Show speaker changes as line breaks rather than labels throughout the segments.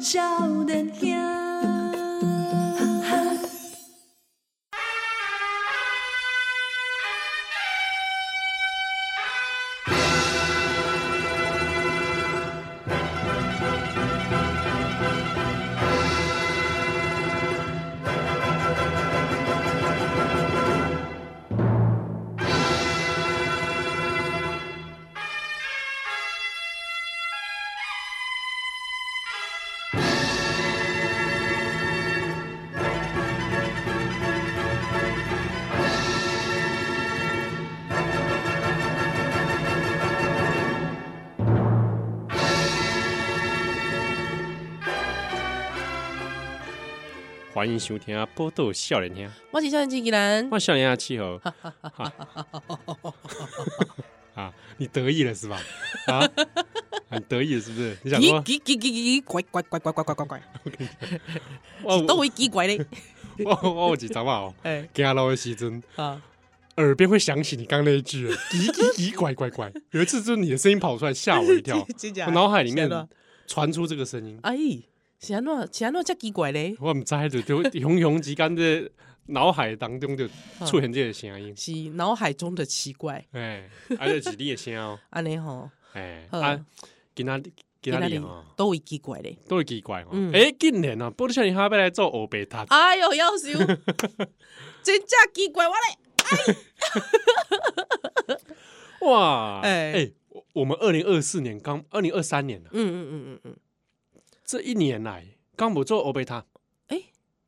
少年兄。
欢迎收听《波豆笑脸听》，
我是少年纪纪兰，
我笑脸下气候。啊，你得意了是吧？啊，很得意了是不是？你想
咦
说，
叽叽叽叽叽，怪怪怪怪怪怪怪怪，
哇
都会奇怪嘞。
我我我几张吧哦，
哎
给他捞的时针，
啊，，
耳边会响起你刚那一句“咦咦咦，怪怪怪”。有一次就是你的声音跑出来，吓我一跳
真假
我脑海里面
是安
传出这个声音，
哎，是安怎是安怎这奇怪嘞？
我们在就就熊熊之间的脑海当中就出现这个声音，
是脑海中的奇怪，
哎，而且是你的声哦，
安尼吼，
哎，
好
啊，给他给他脸哦。
都会奇怪嘞。
都会奇怪哦。哎、
嗯
近年啊，波多少年哈要来做欧贝塔，
哎呦，夭 寿，真正奇怪我嘞。
哇！哎、
哎
我我们二零二四年刚二零二三年了、啊，
嗯嗯嗯嗯嗯，
这一年来刚不做欧贝塔，
哎，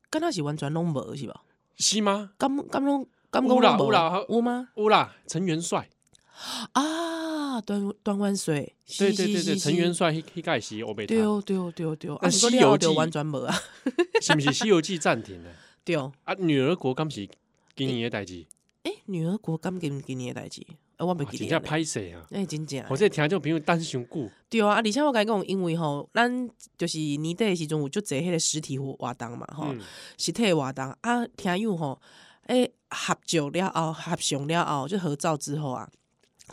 敢若是完全拢无是吧？
是吗？
敢敢拢敢讲
有啦
拢无
有啦
有吗？
乌啦，陈元帅，
啊，端端万水，
对
是
对对
是
对，
是
陈
是
元帅迄迄盖是欧贝塔
对，哦，对哦，对哦，对哦，
那
啊，不过
西
了
游
就
记
完全无啊，
是不是《西游记》暂停了？
对哦，
啊，女儿国刚是今年的代志，
诶，女儿国敢今今年的代志，啊，我袂
哇
记
真
得
正，拍摄啊！
诶，真正
我这听众朋友担心久，
对啊，啊，而且我甲你讲，因为吼，咱就是年底的时阵有足侪迄个实体活活动嘛，吼
嗯，
实体活动啊，听友吼，诶，合照了后，合上了后，就合照之后啊，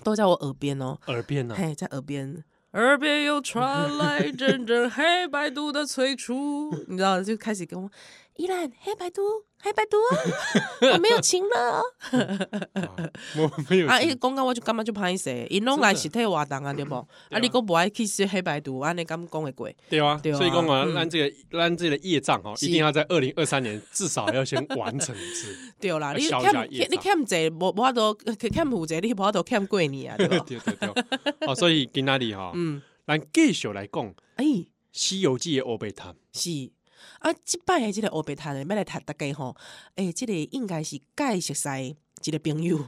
都在我耳边哦，
耳边啊，
嘿，在耳边， 耳边又传来阵 阵黑白毒的催促， 你知道，就开始跟我依然黑白毒，黑白 毒哦，我没有情了 哦。
啊我 没有
啊，
听
一讲到我就感觉就歹势，因拢来实体活动啊，对无？啊，你讲无爱去说黑白毒，安尼敢讲会过？
对啊，
对啊
所以讲啊，
嗯
让这个让这个业障哦，
是
一定要在二零二三年至少要先完成一次。
对啦，
啊
你
消一
欠
下业
欠你欠者无无法度欠负者，你无法度欠过年 啊，对
对
无？
对对，哦，所以今仔日哈，
嗯，
咱继续来讲《
哎，
西游记》的欧贝塔，
是。啊，即摆诶，即个黑白摊诶，要来读大家吼，诶、即、个应该是介熟悉的一个朋友，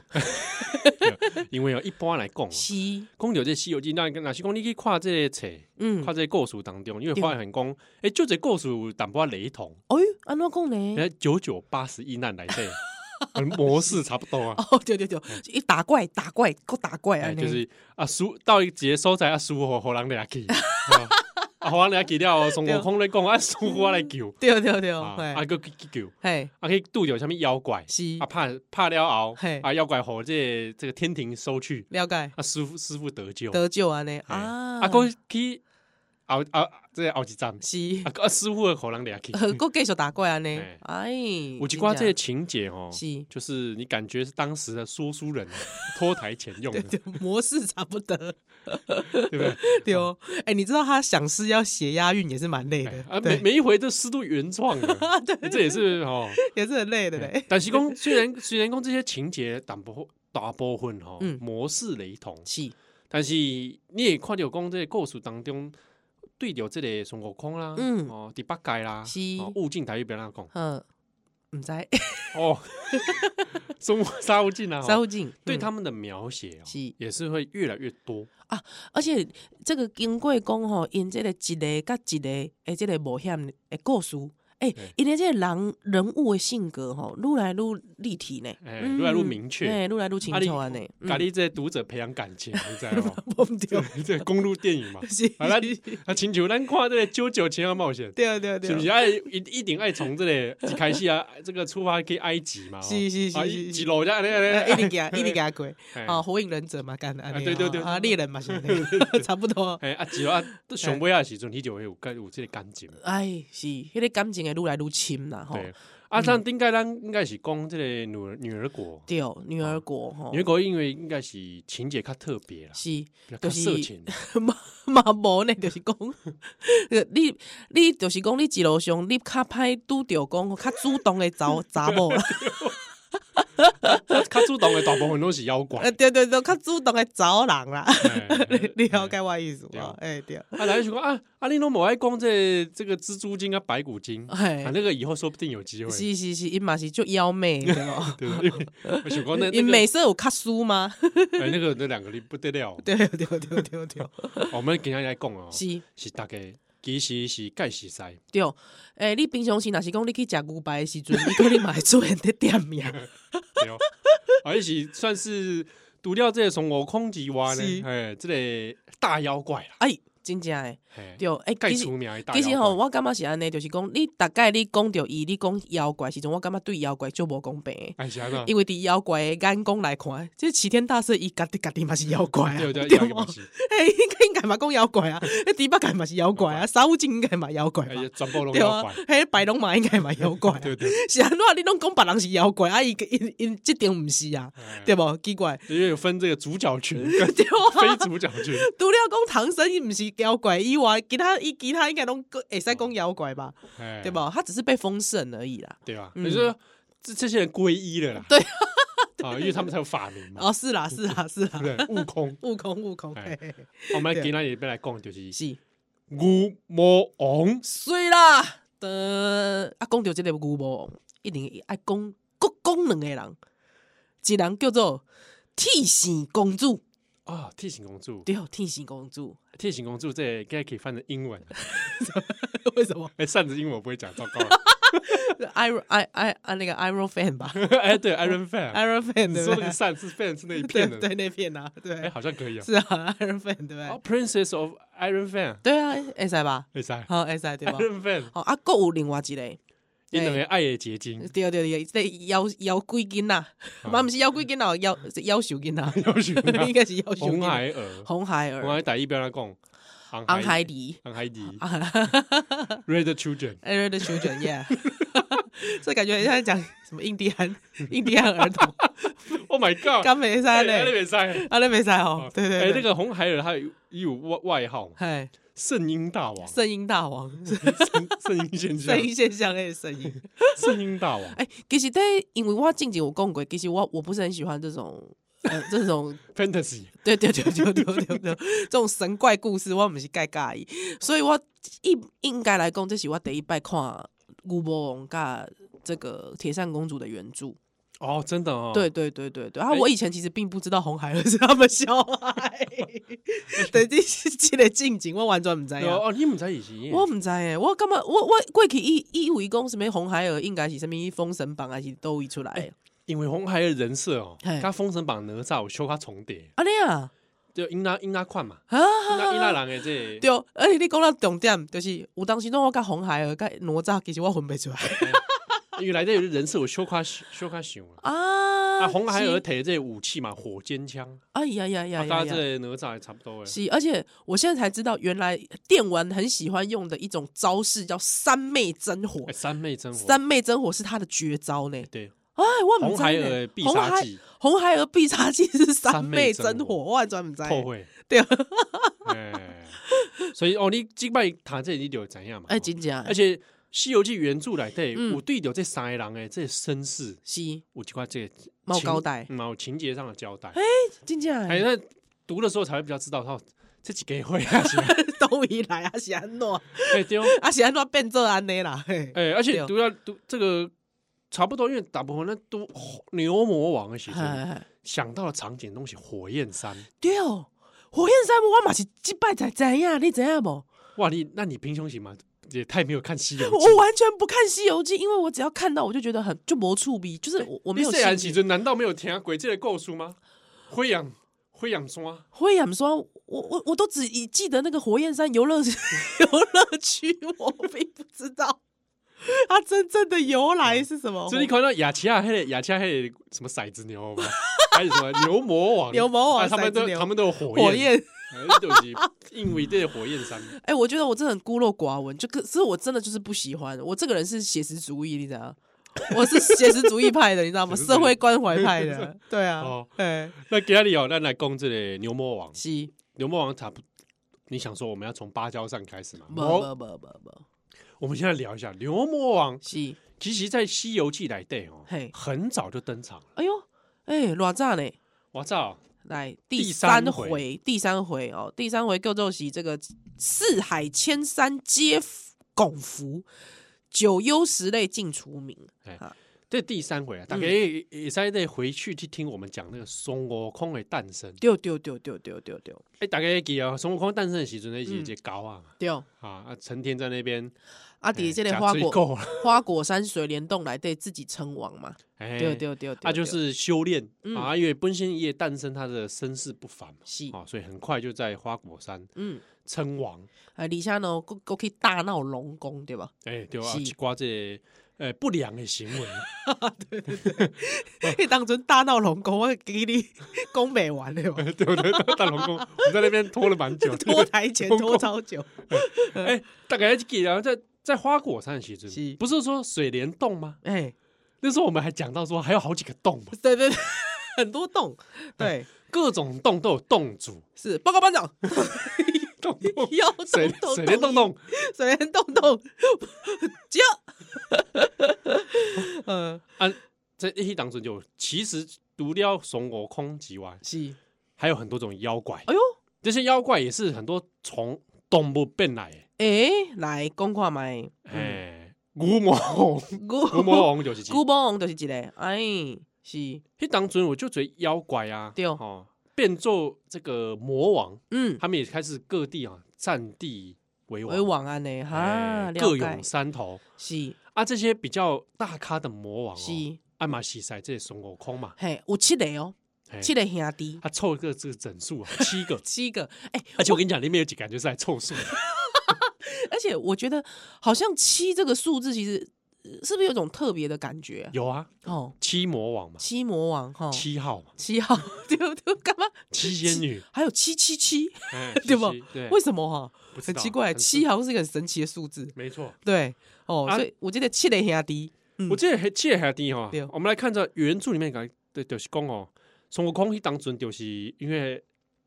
因为哦，一般来讲哦，
是，
讲到这《西游记》，那若是讲你去看这个册，
嗯，
看这个故事当中，因为发现讲，诶，就这故事有淡薄仔雷同，
哎，安怎讲呢？
诶，九九八十一难来对，呃模式差不多啊。
哦，对对对，一打怪打怪，够打怪啊！
哎，
安尼
就是啊，输到一个所在啊，输互互人掠去， 啊，啊互人掠去了，孙悟空咧讲啊，输我来救，
对对嗯对，
啊，
嘿
啊个去去救，
嘿，
啊去拄着啥物妖怪，
是
啊怕怕了后
嘿，
啊妖怪互这这个天庭收去，
了解
啊师傅师傅得救，
得救安尼
哎
啊，
啊讲去后啊这个后一站，
是
啊，啊师傅互人掠去，
够继续打怪安尼
哎，
哎，
有
有
一寡这个情节哦，
是
就是你感觉是当时的说书人 脱台前用的，对
对 模式差不 多，
不对？
对哦。哎，你知道他想是要写押韵也是蛮累的
哎啊，每
对，
每一回都诗都原创的，
对
这也是哦。
也是很累的嘞。
但是讲虽然虽然讲这些情节大部大部分哈、哦
嗯
模式雷同，
是，
但是你也看到讲这个故事当中对着这个孙悟空啦，
嗯
哦，第八界啦，
是
哦，悟净台语别那讲
嗯，唔知
哦， 孙悟沙悟净啊，哦
稍近
对。
嗯
他们的描写、哦、
是
也是会越来越多，
而且这个经过讲吼，因这个一个甲一个诶，这个冒险诶故事，哎、
对
因为这个人人物的性格吼，愈来愈立体呢，
哎
嗯
愈来愈明确
哎，愈来愈清
啊你
楚啊呢。嗯
咖，喱这读者培养感情，你知道吗？
忘掉，
这 公路电影嘛，
是
啊，咱啊，亲像咱看这个《九九情爱冒险》，
对对对，啊
是不啊是爱一一定爱从这个一开始啊， 这个出发去埃及嘛？哦
是是是
啊
是
一
是
一路这样
哎
嘞
一直 给他，一直给他过
哎
啊！火影忍者嘛，干的
啊对对对
啊，
对
猎人嘛， 是安尼 差不多。
哎啊，一路啊，到上尾啊时阵，你就会有感有这个感情。
哎，是迄个感情会愈来愈深啦吼。
对，啊，咱顶该咱应该是讲这个女儿女儿国，
对，女儿国吼
女，儿国因为应该是情节较特别啦，
是
比较
就
色
是
情。
嘛嘛无呢，就是讲， 你你就是讲，你一路上你较歹拄着讲较主动的 查查某啦，
啊较主动的大部分都是妖怪
呃，。对对对，较主动的查某人 啦，
哎
你了解我意思无？哎对，
啊，来就讲啊，啊，你拢无爱讲这这个蜘蛛精啊、白骨精，啊，
哎，
那个以后说不定有机会。，
是是是，因嘛是就妖媚 对咯
对，因为我想讲那
因
那
美色有较输吗？
个哎，那个那两个你不得了。
对对对对对，
我们今天来讲哦，
是。
是大概其实是盖是西，
对，诶、你平常时若是讲你去食牛排的时阵，你可能嘛会出现伫店 名，
对哦， 而且算是除了这个孙悟空之外呢
是，
哎，这个大妖怪啦，
哎，真正诶，
哎，
对，诶、
盖
其实
出名的大
其实吼，
妖怪。
我感觉是安尼，就是讲你大概你讲着伊，你讲妖怪的时阵，我感觉对妖怪就无公平的，
哎，是安怎？
因为伫妖怪的眼光来看，这齐天大圣伊家己家己嘛是妖怪啊，
对对，
对
对，
吗
嘛是，
哎，应该应该嘛讲妖怪啊，那猪八戒嘛是妖怪啊，沙悟净应该嘛妖怪
哎
吧，，
全部拢
对
妖
啊
怪，，
嘿，白龙嘛应该嘛妖怪啊，
对对，
是安怎样你拢讲别人是妖怪，啊，伊因因即定毋是啊，
哎
对无奇怪。
因为有分这个主角群跟
对啊
非主角群。
除了讲唐僧伊毋是妖怪以外，其他伊其他应该拢个会
嗯
使讲妖怪吧，
哎
对？吧？他只是被封圣而已啦。
对吧？
嗯
你说这这些人皈依了啦，
对
啊，因为他们才有法名嘛，
哦，是 啦，是啦，是
对
啦
不，对？悟空，
悟空，悟空，
哎
嘿嘿嘿
我们
对
今天也要来讲就是
是
牛魔王，
水啦。呃，啊，讲到即个牛魔王，一定爱讲，各讲两个人，一人叫做天使公主，
啊，替形公主，
对，天使公主，
替形公主这应该可以翻成英文，
为什么
哎，扇子英文我不会讲， 糟糕了，
？Iron I I 啊，那个 Iron Fan 吧
哎，对，Iron Fan，
，Iron Fan
你
对
说
不
那
对？
个扇是 Fan 是那一
对
片的，
对，那片啊，
哎，
对，
好像可以啊，
是啊，Iron Fan 对不对
哦？，Princess of Iron Fan，
对啊，会使吧？
会噻
好，会使对吧？
啊 ，Iron Fan，
哦，啊，佫有另外一个，
因两个爱的结晶，
对对对，这妖妖鬼囡仔，
啊
嘛毋啊是妖鬼囡仔，妖是妖兽囡仔，
要选
啊 应该是妖兽
啊红
囡仔。
孩儿，
红孩
红
儿，
孩打一边来讲，
红
海
孩 儿，啊
红海迪，Red Children。
艾瑞的 children，yeah，这感觉像在讲什么印第安 印第安儿 童，
Oh my god！
刚没
哎
塞
那
嘞，
边塞。
啊，那没塞哦，对
哎，
对
那
对，
个红孩儿他有有外外号嘛，
嗨，
圣婴大王，圣
声音大王，
啊圣婴现象
声，音现象类声音。
圣婴大王，
哎，其实对，因为我静静有讲过，其实我我不是很喜欢这种呃这种
fantasy
对对对对对对对，这种神怪故事我毋是介介意，所以我应应该来讲，这是我第一摆看《牛魔王》甲这个《铁扇公主》的原著。
哦，真的哦，
对，对对对对，然后
哎
我以前其实并不知道红孩儿是他们小 孩，对，这是这个近景我完全毋知影。
哦，你们在一
哎
起，
我毋知诶，我感觉我我过去以以为讲什么红孩儿应该是什么封神榜还是都会出来
哎
的，
因为红孩儿人设哦，
嘿
他封神榜哪吒有修他重叠，
安尼啊
就英拉英拉款嘛，
啊
英拉英
啊！
拉
啊
人的 这
对，而且你讲到重点，就是有当时我甲红孩儿甲哪吒，其实我分不出来。
个，因为来这有人设有修夸修夸想 啊。
啊
啊，红孩儿
是
提的这武器嘛，火尖枪，
哎呀呀呀
啊，大
呀
家
呀！
这哪吒也差不多哎。
是，而且我现在才知道，原来电玩很喜欢用的一种招式叫三昧真火
哎。三妹真火，
三昧真火是他的绝招呢。
对，
哎，我唔
红
知
孩
呢
儿的必杀，技，
红孩红孩儿必杀技是三
三昧
昧
真
真
火
火，我完全唔知呢。
破会。
对，
哎，所以哦，你即摆谈这你就会知影嘛？
哎，真正
而
的
且《西游记》原著内底
嗯
有对着这三个人的这身世，
是
有一块这个
冇
情
交代，
嗯有情节上的交代。
真正
哎，
的
那读的时候才会比较知道，哦，这几个会 啊，是吧
都以来啊是安怎，啊
哎对哦，
是安怎变做安尼啦？嘿，
哎，而
对
且
哦
读到读这个差不多，因为大部分人都哦牛魔王的时
哎哎
候
哎
想到的场景东西火焰山。
对 哦，火焰山我嘛是即摆才知影，你知影无？
哇，你那你平胸型嘛？也太没有看《西游记》
我完全不看《西游记》，因为我只要看到我就觉得很就磨触 鼻，就是我我没有
你细汉
兴趣。
时阵难道没有听鬼界的故事吗？灰养灰养山，
火焰说，啊我我我都只以记得那个火焰山游乐 游乐区，我并不知道 它真正的由来是什 么。
所以你看到雅琪亚黑的雅琪亚黑的什么骰子牛吗？还有什么牛魔王？
牛魔王
啊他们
骰子
都
牛
他们都有火
火
焰，
焰，
哎就是因为这个火焰山。
哎、我觉得我真的很孤陋寡闻，就可是我真的就是不喜欢，我这个人是写实主义，你知道吗。 我是写实主义派的，你知道吗？
写实主义
社会关怀派的，对啊
哦，
哎、
那给他里哦，那来攻这个牛魔王，
是，
牛魔王差不。你想说我们要从芭蕉扇开始吗？
不
哦，
不不不不，
我们现在聊一下牛魔王。
是，
其实，在《西游记》来对哦
嘿，
很早就登场了。
哎呦，哎、欸，哪吒呢？
我操，
来
第
第
三
三
回
回，第三回哦，第三回各奏喜这个四海千山皆拱伏，九幽十类尽除名。
这第三回啊，
嗯
大家也也在那回去去听我们讲那个孙悟空的诞生。
丢丢丢丢丢丢丢
哎，大家也记得哦，孙悟空诞生的时候那一
嗯
节高啊
丢！
啊啊，成天在那边
啊，底下这个
哎
花
吃
果
够了，
花果山水帘洞来对自己称王嘛？
哎，
丢丢丢，
他就
对
是修炼
嗯
啊，因为本身也诞生他的身世不凡嘛，
是
啊，所以很快就在花果山
嗯，
称王。
啊，底下呢，够够可以大闹龙宫对吧？
哎，对啊，
是
一挂这呃不良的行为， 哦
你 当真大闹龙宫，我给你 攻美完了吧？
对不对？大龙宫，我们在那边拖了蛮久，
拖台前
龙
拖
宫
超久，
哎，大概记得啊在在花果山的时阵
是，
不是说水帘洞吗？
哎，
那时候我们还讲到说还有好几个洞嘛，
对对对， 很多洞，对。
各种洞都有洞 主，
是报告 班长，
洞洞
要
水
洞
水帘洞洞，
水帘洞洞， 接， 嗯，
在一当中就其实除了孙悟空之外，
是，
还有很多种妖怪，
哎呦，
这些妖怪也是很多从动物变来的，
诶，来讲看麦，嗯，
哎，牛魔王，
古
牛魔王就是 这
古魔王就是一个，哎，是，
迄当中我就觉得妖怪啊，
对
哦，变做这个魔王，
嗯，
他们也开始各地啊占地为王，
为王安呢，哈，
哎
了
各
解
有，山头
是
啊。这些比较大咖的魔王、哦，
是，
阿玛西塞这些孙悟空嘛，
嘿，有七个哦，
哎
七个兄弟，。
他凑一个这个整数 啊，七个
七个，哎，
而且我跟你讲，里面有几个人就是来凑数的，
而且我觉得好像七这个数字其实呃是不是有种特别的感觉啊？
有啊，
哦，
七魔王嘛，
七魔王哈，
七号嘛，
七号，对不对？干嘛？
七仙女，
还有七七七，
哎
对吧
七七对，
为什么哈、
不知
很
道
奇怪，
很
七好像是一个很神奇的数字。
没错。
对，哦，
啊
所以我记得七雷兄弟，嗯
我记得还记得还低哈
对，
哦我们来看着原著里面讲，对，就是讲哦，孙悟空一当尊就是因为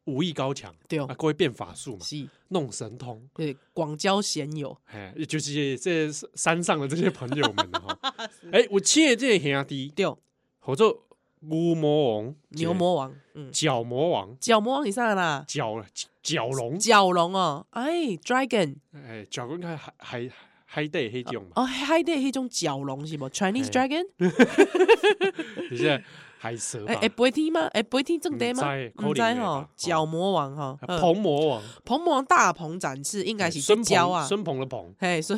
武艺高强，
对，
啊，各位变法术嘛，
哦是，
弄神通，
对，广交鲜友，
哎，就是这山上的这些朋友 们哈，哎，我记得这个兄弟，
对，哦
叫做牛魔王、
牛魔王，嗯，
角魔王、
角魔王以上啦，
角角龙，
角龙哦，哎，dragon，
哎，角龙应该还还还得黑种嘛，
哦，海底迄种角龙是无，Chinese
哎
dragon，
就是海蛇吧
哎，，会飞天吗？会飞天正地吗
不知？
唔知
可能会
吼
吧，
角魔王哈，
啊
嗯
鹏魔王，
鹏魔王大鹏展翅应该
哎
是
孙
角啊
鹏，孙鹏的鹏，
嘿，孙，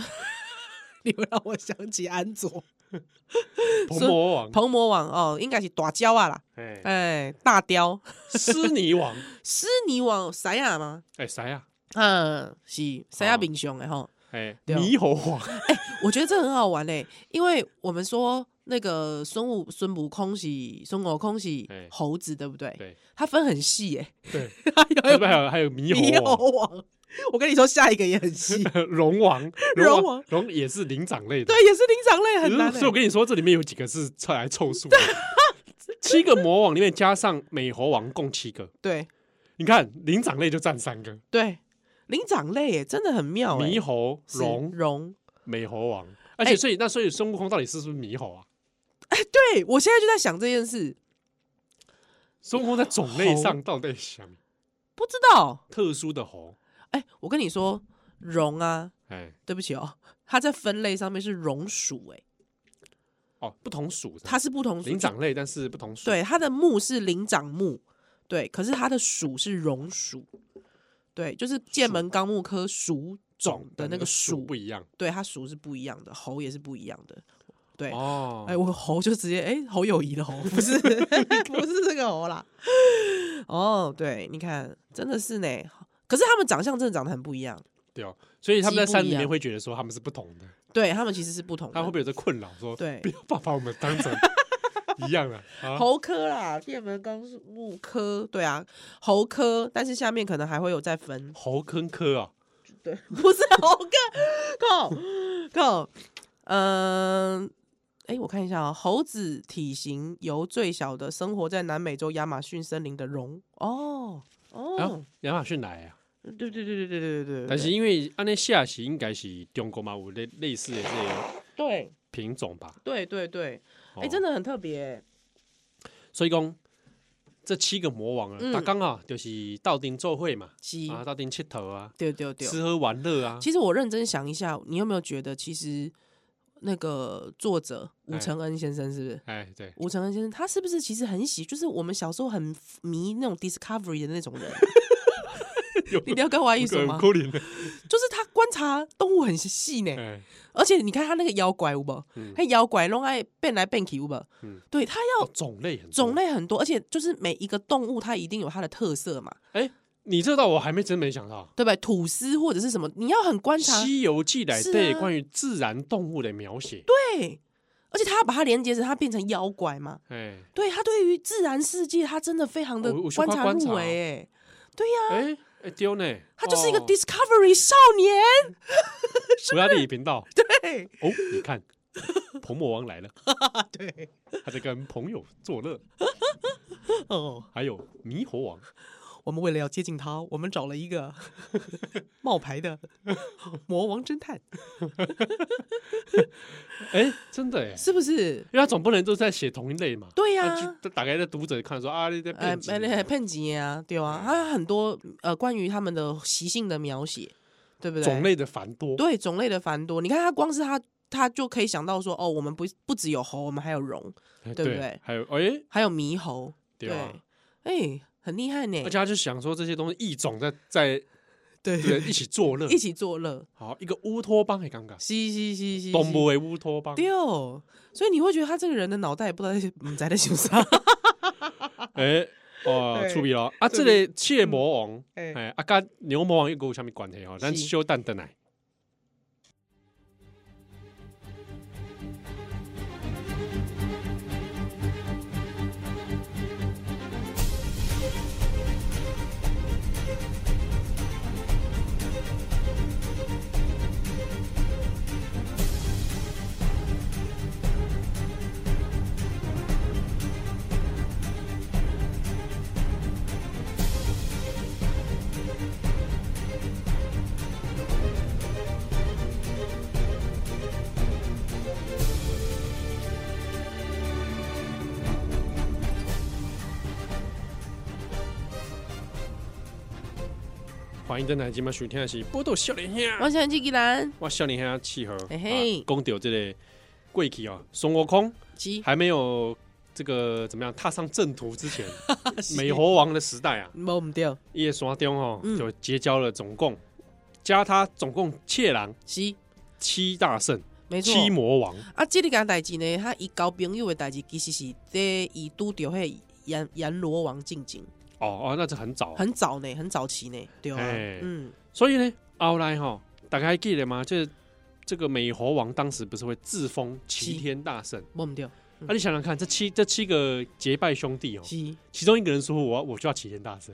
你又让我想起安卓，
鹏魔王，
鹏魔王哦，应该是大雕啊啦，
哎。
哎，大雕，
狮尼王，
狮尼王谁啊嘛？
哎、谁啊？
嗯，是谁啊？英雄的吼，
哎、
对哦
猕猴王，
我觉得这很好玩嘞，因为我们说那个孙悟孙悟空是孙悟空是
哎
猴子，对不对？
对
他分很细耶，
对，
还
是不是还
有
有还 有啊猕
哎猕
猴
猴王。我跟你说，下一个也很 细，
王、龙王、
龙王
龙也是灵长类的，嗯
对，也是灵长类，很难欸
所以我
嘞。
跟你说，这里面有几个是凑来凑数的，七个魔王里面加上美猴王共七个，
对
你看灵长类就占三个，
对，灵长类耶，真的很妙哎
猕。猴、
是哎
龙、
龙，
美猴王，而且所以、那所以孙悟空到底是不是猕猴啊？
对我现在就在想这件事，
孙悟空在种类上
猴
到底想
不知道。
特殊的猴，
哎，我跟你说，龙啊，
哎、
对不起哦，它在分类上面是龙属，哎，
哦，不同属是吧，
它是不同属
灵长类，但是不同属，
对，它的目是灵长目，对，可是它的属是榕属，对，就是剑门纲目科属种的那个
属
属
不一样
对，它属是不一样的，猴也是不一样的。对，哎、
哦。
我猴就直接哎、侯友谊的猴，不 是不是这个猴啦。哦，对，你看，真的是呢。可是他们长相真的长得很不一样，
对哦，所以他们在
鸡不
山里
一
面
样
会觉得说他们是不同的，
对他们其实是不同
他会
的
不。会有这困扰？说
对
不要把把我们 当成一样了啊？
猴科啦，变门纲目科，对啊，猴科，但是下面可能还会有再分，
猴坑科啊，
对，不是猴科，靠靠，嗯、哎、我看一下啊、猴子体型由最小的生活在南美洲亚马逊森林的龙，哦
啊
哦，
亚马逊来啊，
对对对对对对对对，
但是因为按那下棋应该是中国嘛，有类类似的这个
对
品种吧？
对对对，哎、
哦
真的很特别欸、
所以讲这七个魔王啊，
嗯
大刚啊就是到顶做会嘛，
鸡，
啊到顶佚佗啊，
对对对，
吃喝玩乐啊，
其实我认真想一下，你有没有觉得，其实那个作者
哎
吴承恩先生是不是？
哎对，
吴承恩先生他是不是其实很喜，就是我们小时候很迷那种 Discovery 的那种人？
有
你一定要跟我一说吗？
可怜的，
就是他观察动物很细呢，
哎，
而且你看他那个妖怪有无？
嗯
他妖怪弄爱变来变去有无
嗯？
对他
哦
要
种类很多
种，类很多，而且就是每一个动物它一定有它的特色嘛，
哎，你这道我还没真没想到，
对不对？吐司或者是什么，你要很观
《
察。
西游记》来
是
对
啊
关于自然动物的描写，
对，而且他要把它连接成，它变成妖怪嘛。
哎
对他对于自然世界，他真的非常的
我我喜欢
观察
观察
入微，哎，
哎哎丢呢，
他就是一个
哦
Discovery 少年。
国家地理频道
对
哦，你看。彭魔王来了，
啊对，
他在跟朋友作乐，
哦，
还有猕猴王，
我们为了要接近他，我们找了一 个冒牌的魔王侦探，
哎，真的哎，
是不是？
因为他总不能都在写同一类嘛。
对呀、
那就打开在读者看说啊，你在
哎
骗
哎，那
人，
骗吉啊，对啊，还有很多呃关于他们的习性的描写，对不对？
哎种类的繁多。
对种类的繁多，你看他光是他他就可以想到说，哦，我们不不只有猴，我们还有龙，
哎
对不对
还有哎，
还有猕猴，
对啊。
哎、很厉害呢
而且，他就想说这些东西异种在在
对
对一起作乐
一，起作乐，
好一个乌托邦很尴尬，
嘻嘻嘻嘻，
东部为乌托邦，
对哦，所以你会觉得他这个人的脑袋不知道在嗯在在想啥，
哎哦，
对
出名了啊！
出
这
名
个切魔王，
哎
哎啊，跟牛魔王又跟有啥物关系哦？咱
是
小蛋蛋来，欢迎登台今晚收听的是《波多少年兄》，
我想去吉兰，
我少年兄契合，
嘿嘿
啊讲到这个过去哦，孙悟空
鸡
还没有这个怎么样踏上正途 之前，美猴王的时代啊，
摸唔掉，
伊的山中哦
嗯
就结交了总共加他总共切郎
是
七大圣
没错。
七魔王，
啊，这个件代志呢，他伊交朋友的代志，其实是在伊拄着迄阎阎罗王进前，
哦哦，那是很早啊，
很早呢，很早期呢，对啊
哎，
嗯，
所以呢，后来哈，大家还记得吗？这这个美猴王当时不是会自封齐天大圣？
摸唔掉，嗯
啊，你想想看，这七这七个结拜兄弟哦，
是，
其中一个人说我要我就要齐天大 圣，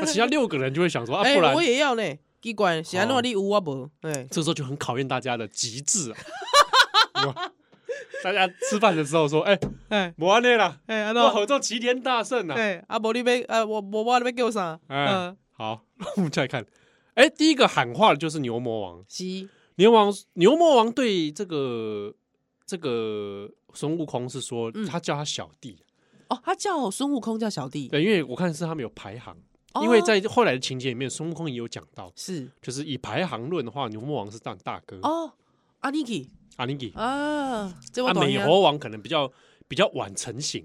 那其他六个人就会想说啊，
哎
不然
我也要呢，奇怪，是安
哦
怎你有我无？哎，
这时候就很考验大家的极 致啊。哇大家吃饭的时候说，哎，
哎
摩安内啦，
哎，安
我合作齐天大圣啊。
哎，啊，无你要，啊，我我我你要叫啥？
哎
嗯，
好， 我们再来看，哎，第一个喊话的就是牛魔王。
是，
牛王牛魔王对这个这个孙悟空是说，
嗯
他叫他小弟，
哦，他叫孙悟空叫小弟，
对，因为我看是他们有排行，
哦
因为在后来的情节里面，孙悟空也有讲到，
是
就是以排行论的话，牛魔王是当大哥，
哦，阿尼基
阿尼给
啊，这我
啊，
懂
美猴王可能比较 比较晚成型，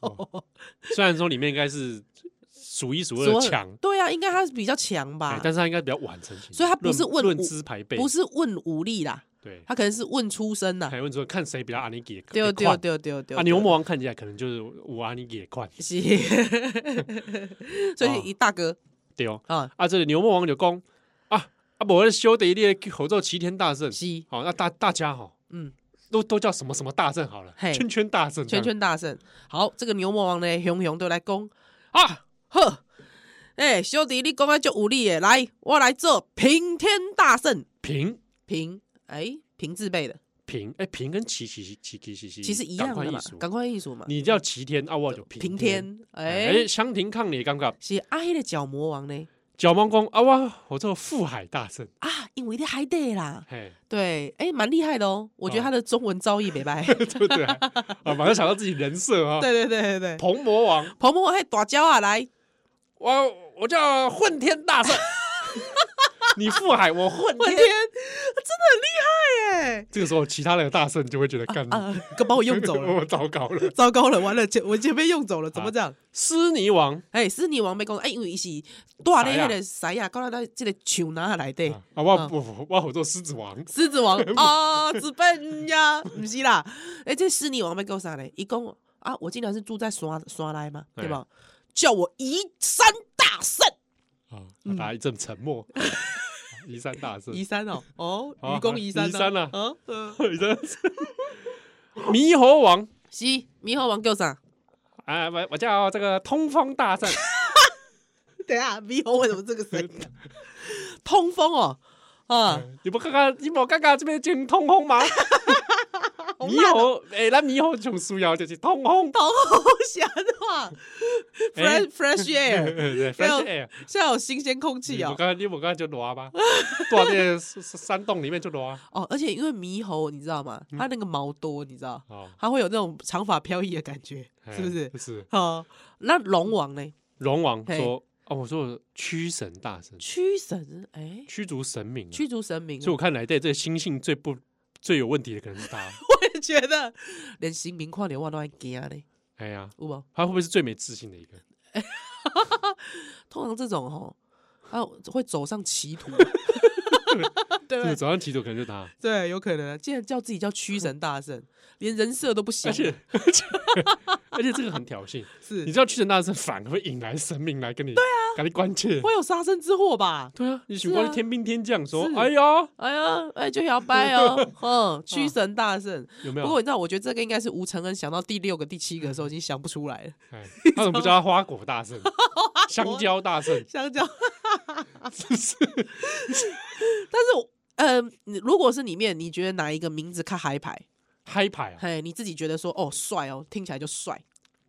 哦虽然说里面应该是数一数二的
所有
强，
对啊，应该他比较强
哎
吧，
但是他应该比较晚成型，
啊所以他不
论
是问
论
武
资排辈，
不是问武力啦，
对，
他可能是问出身呐。
还问说看谁比较阿尼给
对
给快
对对对对，
啊，牛魔王看起来可能就是我阿尼给快，
是，所以一大哥
对哦，
啊，
啊，这个牛魔王就讲啊啊，我修得列口罩齐天大圣，
是
好，那大大家哈，
嗯，
都都叫什么什么大圣好了，
嘿
圈圈大圣这
圈
样，
圈大圣。好，这个牛魔王呢，熊熊都来攻
啊，
呵。哎、小弟，你讲的就有力耶！来，我来做平天大圣，
平
平哎、平字辈的，
平哎平跟齐齐齐齐齐齐
其实一样的
一
嘛，赶快艺术嘛，
你叫齐天啊，我就
平
平天，
天哎、
哎，相庭抗礼尴尬，
是阿黑的角魔王呢
角芒公啊，哇，我做富海大圣，
啊，因为你还得啦，
嘿，
对，哎、蛮厉害的哦，我觉得他的中文造诣没白，
对不对啊？啊马上想到自己人设啊，
对对对对 对，
鹏魔王，
彭彭还打胶啊，来，
我我叫混天大圣， 你富海，我混
我
天
天，真。的很厉害耶！
这个时候，其他的大圣就会觉得干，
啊，可把我用走了，
我糟糕了。
糟糕了，完了，前我前被用走了，怎么
啊
这样？
斯尼王
哎，是你王被攻，哎，因为伊是大咧
狮
迄
子
个狮啊，到咱这个树拿下来的
啊，啊，
嗯
我我我我做狮子王，
狮子 王啊，子笨呀，不是啦，哎，这是你王被攻啥嘞？一共啊，我竟然是住在山山来嘛，对
哎
吧？叫我移山大圣，
啊，
嗯
大家一阵沉 默。移山大圣，
移山哦， 哦，
啊
愚公移山，
移山啊
嗯嗯，
移山猕猴王，
是猕猴王叫啥？
啊，我我叫这个通风大圣，
等一下，猕猴为什么这个声 音啊？ 通风哦，啊，
你不看看，你不看看这边进通风 吗？
啊
猕猴，哎，那猕猴从书瑶就是通风，
头好啊闲话，fresh
哎
fresh
对
air，
对
没有
对，
现在有新鲜空气
你不
哦。
看，你不看就挪 吧，躲在山山洞里面就挪啊，
哦，而且因为猕猴，你知道吗？
嗯
它那个毛多，你知道，
哦
它会有那种长发飘逸的感觉，是不是
哎？是。
哦，那龙王呢？
龙王
嘿
说：“哦，我说驱神大神，
驱神，哎，
驱逐神明、啊。
驱逐神明哦。
所以我看来对这个心性最不最有问题的可能是他。
我也觉得，连神明看连我都爱惊呢，
哎呀，
有无？
他会不会是最没自信的一个？
通常这种吼，啊，会走上歧 途，对不
这个
对？
早上起头可能 就他，
对，有可能啊。竟然叫自己叫驱神大圣，连人设都不行
而
了，
且 而且这个很挑衅。
是
你知道驱神大神反而会引来神明来跟你对啊，跟你关切。
会有杀身之祸吧？
对啊，你喜
是
欢
啊
天兵天将说
是：“
哎呀，
哎呀，哎，就摇摆 哦，嗯，驱神大圣。
有嗯没
不过
有
你知道，我觉得这个应该是吴承恩想到第六个、第七个的时候已经想不出来了。？”
哎，他怎么不叫他花果大 圣、香蕉大圣？
香蕉， 但是我，嗯、你如果是里面你觉得哪一个名字看嗨牌，
嗨牌啊，
嘿，你自己觉得说哦帅哦，听起来就帅。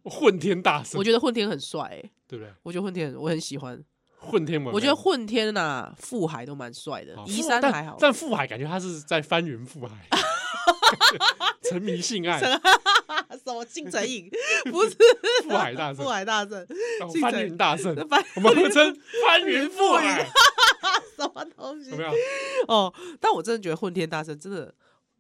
混天大圣
我，觉得混天很帅、欸，
对不对？
我觉得混天我很喜欢。
混天
我觉得混天呐、富海都蛮帅的
哦，
移
富
山
但
还好。
但富海感觉他是在翻云覆 海，沉迷性爱，
什么金城 影？不是啊
富海大圣
富，海大 圣，
哦
姓
翻
陈
云大 圣，
反
我们称翻云覆海，
什么东西
有没？有？
哦，但我真的觉得混天大圣真的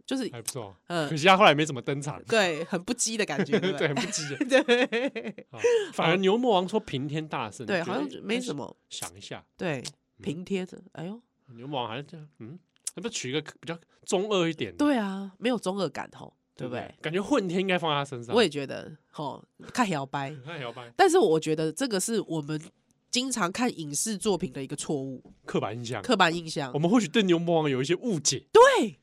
就是
还不错，
嗯
可惜他后来没怎么登场，
对很不羁的感觉，对不 对
对，很不 羁。
对
啊反而牛魔王说平天大圣，
对，
觉得
好像没什。么
哎想一下，
对
嗯
平贴的，哎呦，
牛魔王好像这样，嗯，要不要取一个比较中二一点的，
对啊，没有中二感吼，对
对
不对？？
感觉混天应该放在他身上。哎
我也觉得吼看摇摆，
那摇摆，
但是我觉得这个是我们经常看影视作品的一个错误
刻板印象，
刻板印象
我。们或许对牛魔王有一些误解。
啊对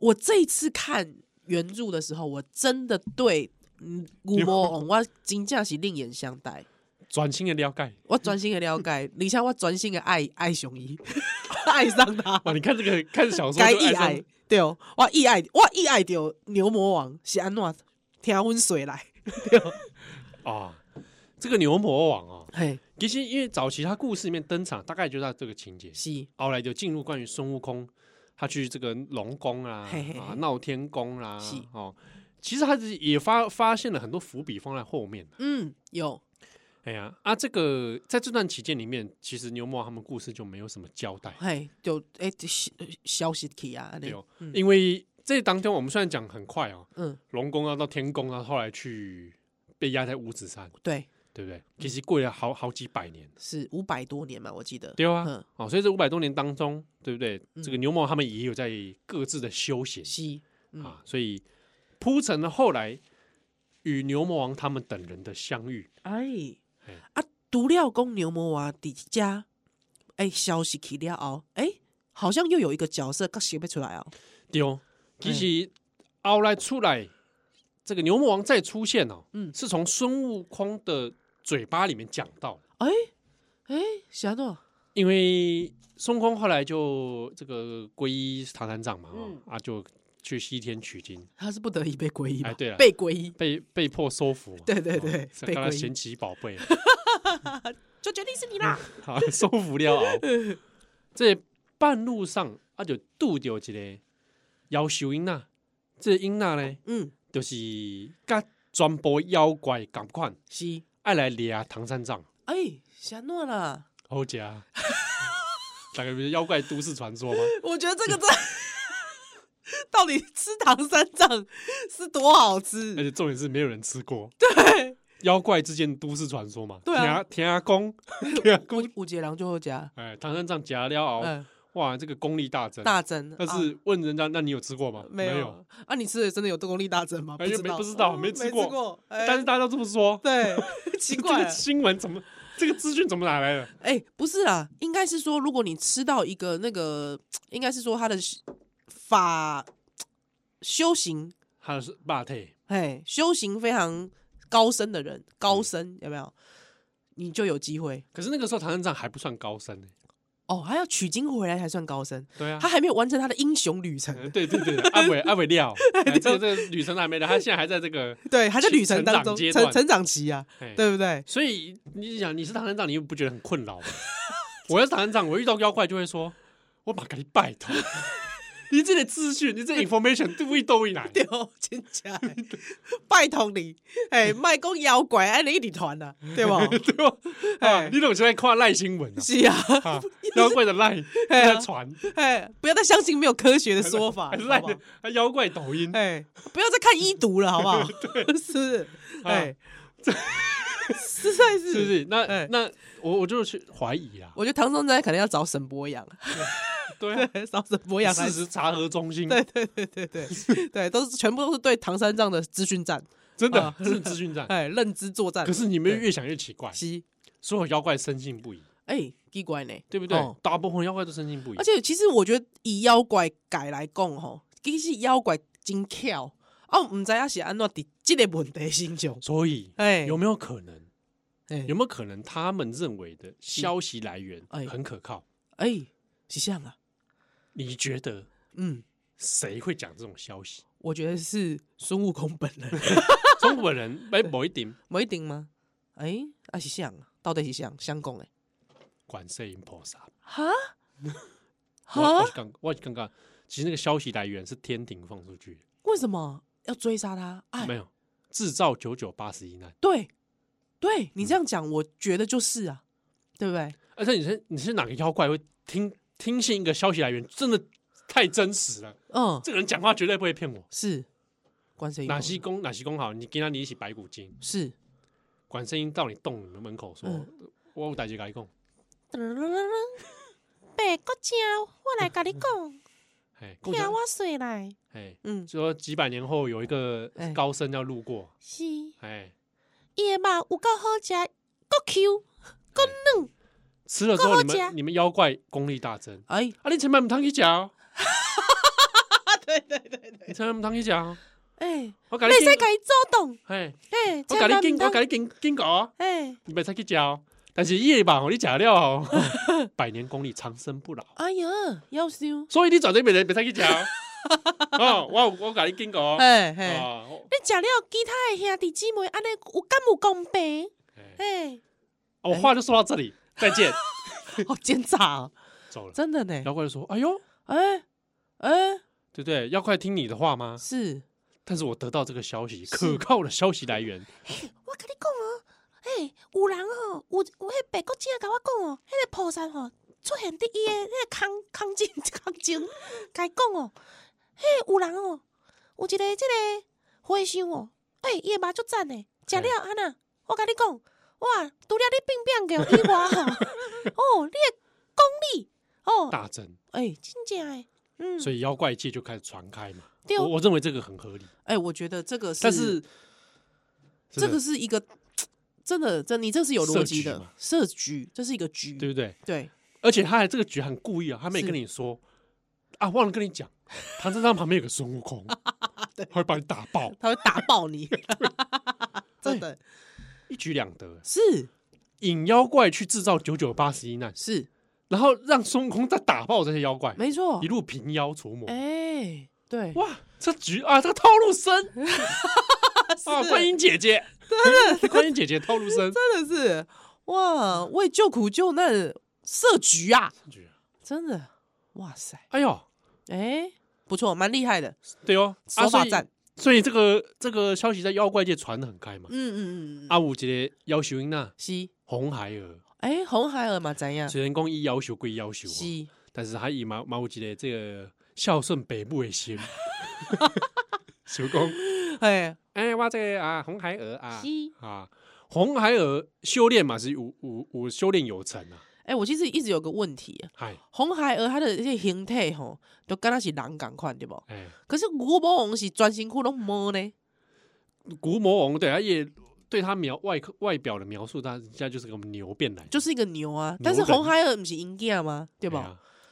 我这一次看原著的时候，我真的对嗯古魔王我真正是另眼相待。
转型的了解，
我专心的了 解，而且我专心的爱爱熊一，爱上 他，
哦哇！你看这 个看小说
该
就
意
爱上
爱对哦，我意爱我意爱着牛魔王是安怎听温水来，
啊，这个牛魔王哦，
嘿
其实因为早期他故事里面登场，大概就到这个情节，
是
后来就进入关于孙悟空他去这个龙宫啊
嘿嘿嘿
啊闹天宫啦、
是
哦，其实他是也发发现了很多伏笔放在后面的。
嗯有
哎呀啊，这个在这段期间里面，其实牛魔王他们故事就没有什么交代，
嘿就哎消息去啊，安
对
尼
哦，
嗯
因为这当中我们虽然讲很快哦，
嗯
啊龙宫要到天宫啊，后来去被压在五指山，
对
对不对？其实过了好好几百年，
是五百多年嘛，我记得。
对啊，
嗯
哦，所以这五百多年当中，对不对？这个牛虻他们也有在各自的修行
西，嗯
啊，所以铺陈了后来与牛魔王他们等人的相遇。
哎
嘿，
啊，独料公牛魔王底家，哎，消息去了后，哎，好像又有一个角色刚写不出来哦。
对哦，
嗯
其实后来出来这个牛魔王再出现哦，
嗯
是从孙悟空的嘴巴里面讲到的，
哎，哎，小诺，
因为孙悟空后来就这个皈依唐三藏嘛，哦
嗯
啊就去西天取经，
他是不得已被皈依吧？
哎对了
被皈依，
被被迫收服 嘛，
对对对
哦
被
跟他
皈依
嫌弃宝贝，
就决定是你啦。
好 收服 了后，这半路上啊就拄着一个妖修英娜，这个英娜呢
嗯，
就是甲全部妖怪同款。
是，
爱来掠唐三藏，
哎，小诺啦，
好食。啊 大概不是妖怪都市传说吗？
我觉得这个真。 到底吃唐三藏是多好吃？
而且重点是没有人吃过
对，
妖怪之间的都市传说嘛。
对啊
田田 阿公，田阿公，
五节郎最后加，
哎，唐三藏夹了熬，
嗯，
哇，这个功力大增。
大增。
但
啊
是问人家，那你有吃过吗？
没有啊？你吃的真的有多功力大增吗？
哎又没不知道没吃
哦吃
过
过。
但
但
是大家都这么说，
对，呃 奇
这
怪
个
了。
新闻怎么，这个资讯怎么哪来的？
哎，不是啦，应该是说，如果你吃到一个那个，应该是说他的法修行，
他是霸退，
哎，修行非常高深的人，高深有没有？你就有机会
可是那个时候唐三藏还不算高深呢。
哦。还要取经回来才算高深，
对啊
他，还没有完成他的英雄旅
呃
程，
对对对，阿伟阿伟 料，哎这个这个旅程还没来，他现在还在这个
对，还在旅程当
成
中
长阶
成
段
成长期啊，
哎
对不对？
所以你想，你是唐三藏，你又不觉得很困扰吗？ 我要是唐三藏，我遇到妖怪就会说：“我把给你拜托， 你这个资讯，你这 information 对不对？都会来。
对，真假 的，拜托你，哎，卖讲妖怪，哎，你一直团啊，对吧？
对吧？啊
哎
你总是在看赖新闻
是啊，
啊，啊妖怪的赖
哎呀
在传，
哎，不要再相信没有科学的说法，
还是
好
赖
不好
的？还妖怪抖音，
哎，不要再看医毒了，好 不好？是不 是，
啊
哎， 实在是，
是不？是？那
哎
那我我就去怀疑啦。
我觉得唐僧斋可能要找沈博阳，
对啊，
找沈博阳来
事，实查核中心，
对对对对 对对，都是全部都是对唐三藏的资讯战，
真的
啊
是资讯站。
哎，认知作战。
可是你们越想越奇怪，
西，
所有妖怪深信不疑，
哎，奇怪呢，
对不对
哦？
大部分妖怪都深信不疑
而。且其实我觉得以妖怪改来讲吼，其实妖怪真巧，啊，毋知影是安怎伫即个问题身上，
所以
哎，
有没有可能？
哎
有没有可能他们认为的消息来源
哎
很可靠？
哎是像啊，
你觉得
嗯，
谁会讲这种 消息？
我觉得是孙悟空本 人，
中国人哎，某一点
不一定吗？哎，啊是像啊，到底是像相讲诶，
管摄影菩萨，
哈
我我
哈
是，刚我是刚刚，其实那个消息来源是天庭放出去的，
为什么要追杀他？
没
哎，
有制造九九八十一难。
对对，你这样讲，我觉得就是啊，对不对？
而且你是你是哪个妖怪会听听信一个消息来源？真的太真实了，
嗯，
这个人讲话绝对不会骗我。
是关谁？
哪西公哪西公好，你跟他你一起白骨精，
是？
管声音到你洞门门口说，
嗯
我有大姐跟你讲，
白骨精，我来甲你 讲，
哎，
啊
讲
听
一声
我说来，
哎。
嗯，
就说几百年后有一个
哎
高僧要路过，
是伊
哎，
的肉有够好食，够 Q，够嫩，
吃了之后
够
你
好
们
吃
你们妖怪功力大增
哎，
啊！你千万不通去吃哦，
对对对对，
你千万不通去吃哦，
哎，
我跟
袂
你
使
警，
甲伊阻挡，
哎，
哎，
我
千
跟
万
你警，
唔
我
通，
跟你警警告哦，
哎，
你别再去吃哦。但是夜吧，你吃了哦， 百年功力长生不老，
哎呀，要修，
所以你绝对别别再去吃哦。哦，我有我跟你警告哦，
哎 嘿，
啊我
你食了其他的兄弟姊妹，安尼有敢有公平？
哎
哎，
我哦话就说到这里，再见，
好奸诈哦，
走了。
真的呢，
妖怪就说：“哎呦，
哎哎，
对不对？妖怪听你的话吗？
是
但是我得到这个消息，可靠的消息来源，
嗯
我甲你讲哦，哎，有人哦，有有迄白骨精甲我讲哦，迄个菩萨哦，出现伫伊的迄个空空境 空境，甲伊讲哦，嘿，有人哦，有一个即个和尚哦，哎，伊的肉足赞诶，食了安那，我甲你讲，哇，除了你变变叫以外吼，哦， 你的功力哦，
大增，
哎
真正诶，嗯，
所以妖怪界就开始传开嘛。
对哦
我我认为这个很合理，
哎，我觉得这个是，
但是
这
真的
个是一个真的，真你这是有逻
设
辑
局
的
嘛
设局，这是一个局，
对不对？
对
而且他还这个局很故意啊，他没
是
跟你说啊，忘了跟你讲，唐三藏旁边有个孙悟 空，他会把你打爆，
他会打爆 你，真的
一举两得，
是
引妖怪去制造九九八十一难，
是
然后让孙悟空再打爆这些妖怪，
没错
一，路平妖除魔。
哎，对，
哇，这局啊，这个套 路深啊！观音姐姐，真 的，观音姐姐套路 深，
真的是哇，为救苦救难设局啊，
局啊
真的，哇塞，
哎呦，
哎，不错，蛮厉害的，
对哦，啊
手法战，，
所以所以这个这个消息在妖怪界传的很开嘛。啊
嗯嗯嗯嗯，
阿五杰要求英娜
是，
红孩儿，
哎，红孩儿嘛怎样？
虽然讲伊要求归要求
嗯
啊，
是，
但是他以马马五杰的这个孝顺北部的 心，小公，
哎，
哎，我这个啊红孩儿啊
是。
啊，红孩儿修炼嘛是有有有修炼有成啊，
哎、我其实一直有个问题，
嗨，
红孩儿它的这些形态吼，都跟它是人赶快对不？
哎。
可是牛魔王是专心窟窿摸呢，
古魔王对他也对他描外壳外表的描述，他人家就是个牛变来的，
就是一个牛啊。
牛
但是
人
红孩儿不是银囝吗？对
对
不？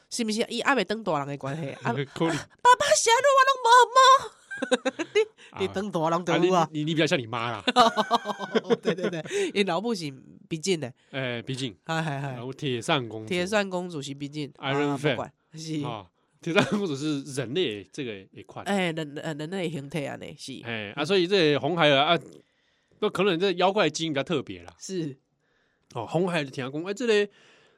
是不是伊阿袂当大人的关 系？啊，
啊，可能
爸爸写路我
你
啊
当大人
啊
就有啊。
你你你比较像你妈啦，
对对对，伊老母是毕竟的，
哎，毕竟
哎哎
然
哎，
后铁扇公主
铁扇公主是毕竟
Iron
啊
Fan
不管是
啊，铁扇公主是人类这个一块，
哎人呃人类的形态啊呢是
哎啊，所以这红孩儿啊，那可能这妖怪基因比较特别啦。
是嗯
哦，红孩儿就听讲，哎，这个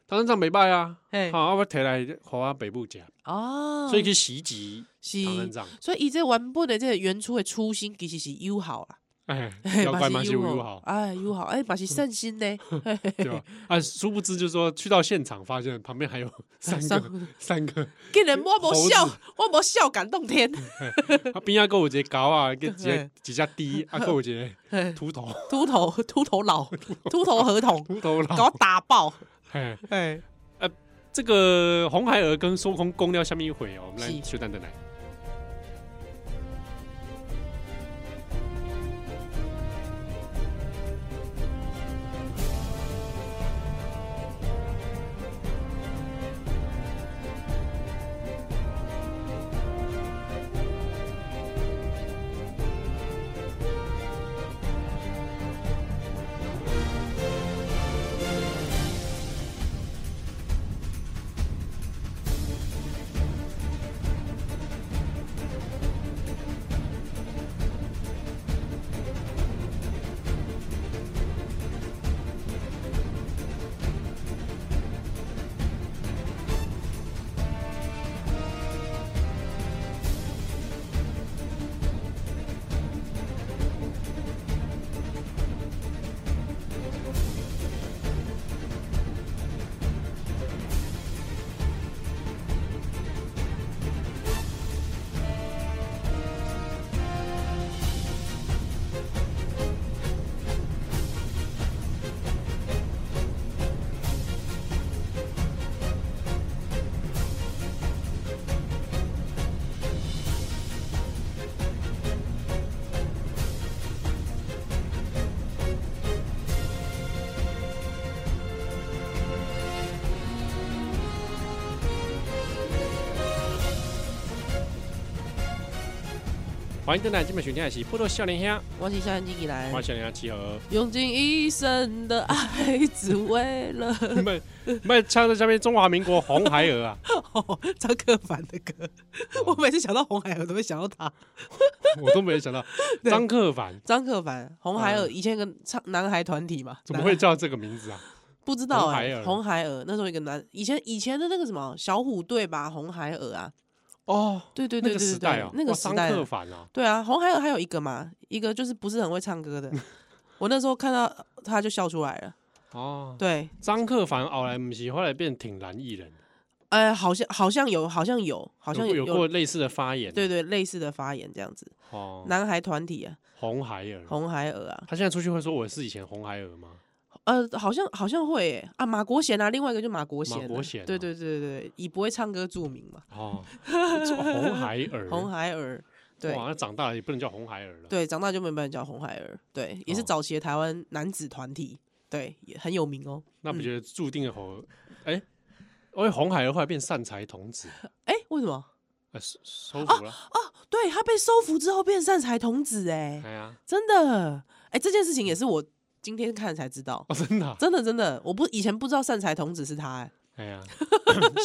唐三藏没拜啊，
嘿
好，啊我摕来给我北部讲，
哦，
所以去袭击
是
唐三藏，
所以伊这原本的这个原初的初心其实是友好啦。
哎
嘿，
妖
嘛
怪
是
嘛是
友
友
好
好，
哎，友好，哎，嘛是圣心呢，
对吧？啊，殊不知就是说去到现场，发现旁边 还有三个
三
三个，
竟然我无
猴子
笑，我无笑感动天，
啊边啊个有一个狗啊，跟 几
嘿
几只猪，啊个有一个
嘿
秃头
秃头秃头佬， 秃头合同，
秃头
搞
佬。
打爆，
嘿，
哎，
这个红孩儿跟孙悟空公了下面一回哦，我们来
是
休蛋蛋来。欢迎蛋蛋，今晚选听的是《波多少年香》，
我是夏安金以来
欢迎，少年香 七和。
用尽一生的爱，只为了
卖卖唱在下面中华民国红孩儿啊，
张克凡的歌，我每次想到红孩儿都会想到他，
我都没有想到
对
张克凡
张克凡，红孩儿以前有个唱男孩团体嘛，
怎么
男
会叫这个名 字啊？
不知道
红
哎、
孩儿
红孩儿那时候一个男，以前以前的那个什么小虎队吧，红孩儿啊，
哦，
对对
那
对
个
对对
时代
对
啊，，
那个
哇
时
张
代啊
克凡啊，
对啊，红孩儿还有一个嘛，一个就是不是很会唱歌的，我那时候看到他就笑出来了。
哦，
对，
张克凡后来不是后来变挺男艺人，
哎，好像好像有，好像有，好像
有
有
过类似的发言，
对对类似的发言这样子。
哦，嗯
男孩团体啊，
红孩儿，
红孩儿啊，
他现在出去会说我是以前红孩儿吗？
呃，好像好像会耶啊，马国贤啊，另外一个就马国贤啊、
马国贤啊
对对对对对，以不会唱歌著名嘛，
哦，红孩儿，
红孩儿，对
哇，那长大了也不能叫红孩儿了。
对，长大就没被人叫红孩儿，对，也是
哦
早期的台湾男子团体，对，也很有名哦。
那不觉得注定了红？哎、因为红孩儿后来变善财童子，
哎，为什么？
呃，收收服了。
哦对他被收服之后变善财童子，哎，
哎呀，
真的，哎，这件事情也是我今天看才知道，
哦，真的啊、
真的真的，我不以前不知道善财童子是他， 哎，
哎呀，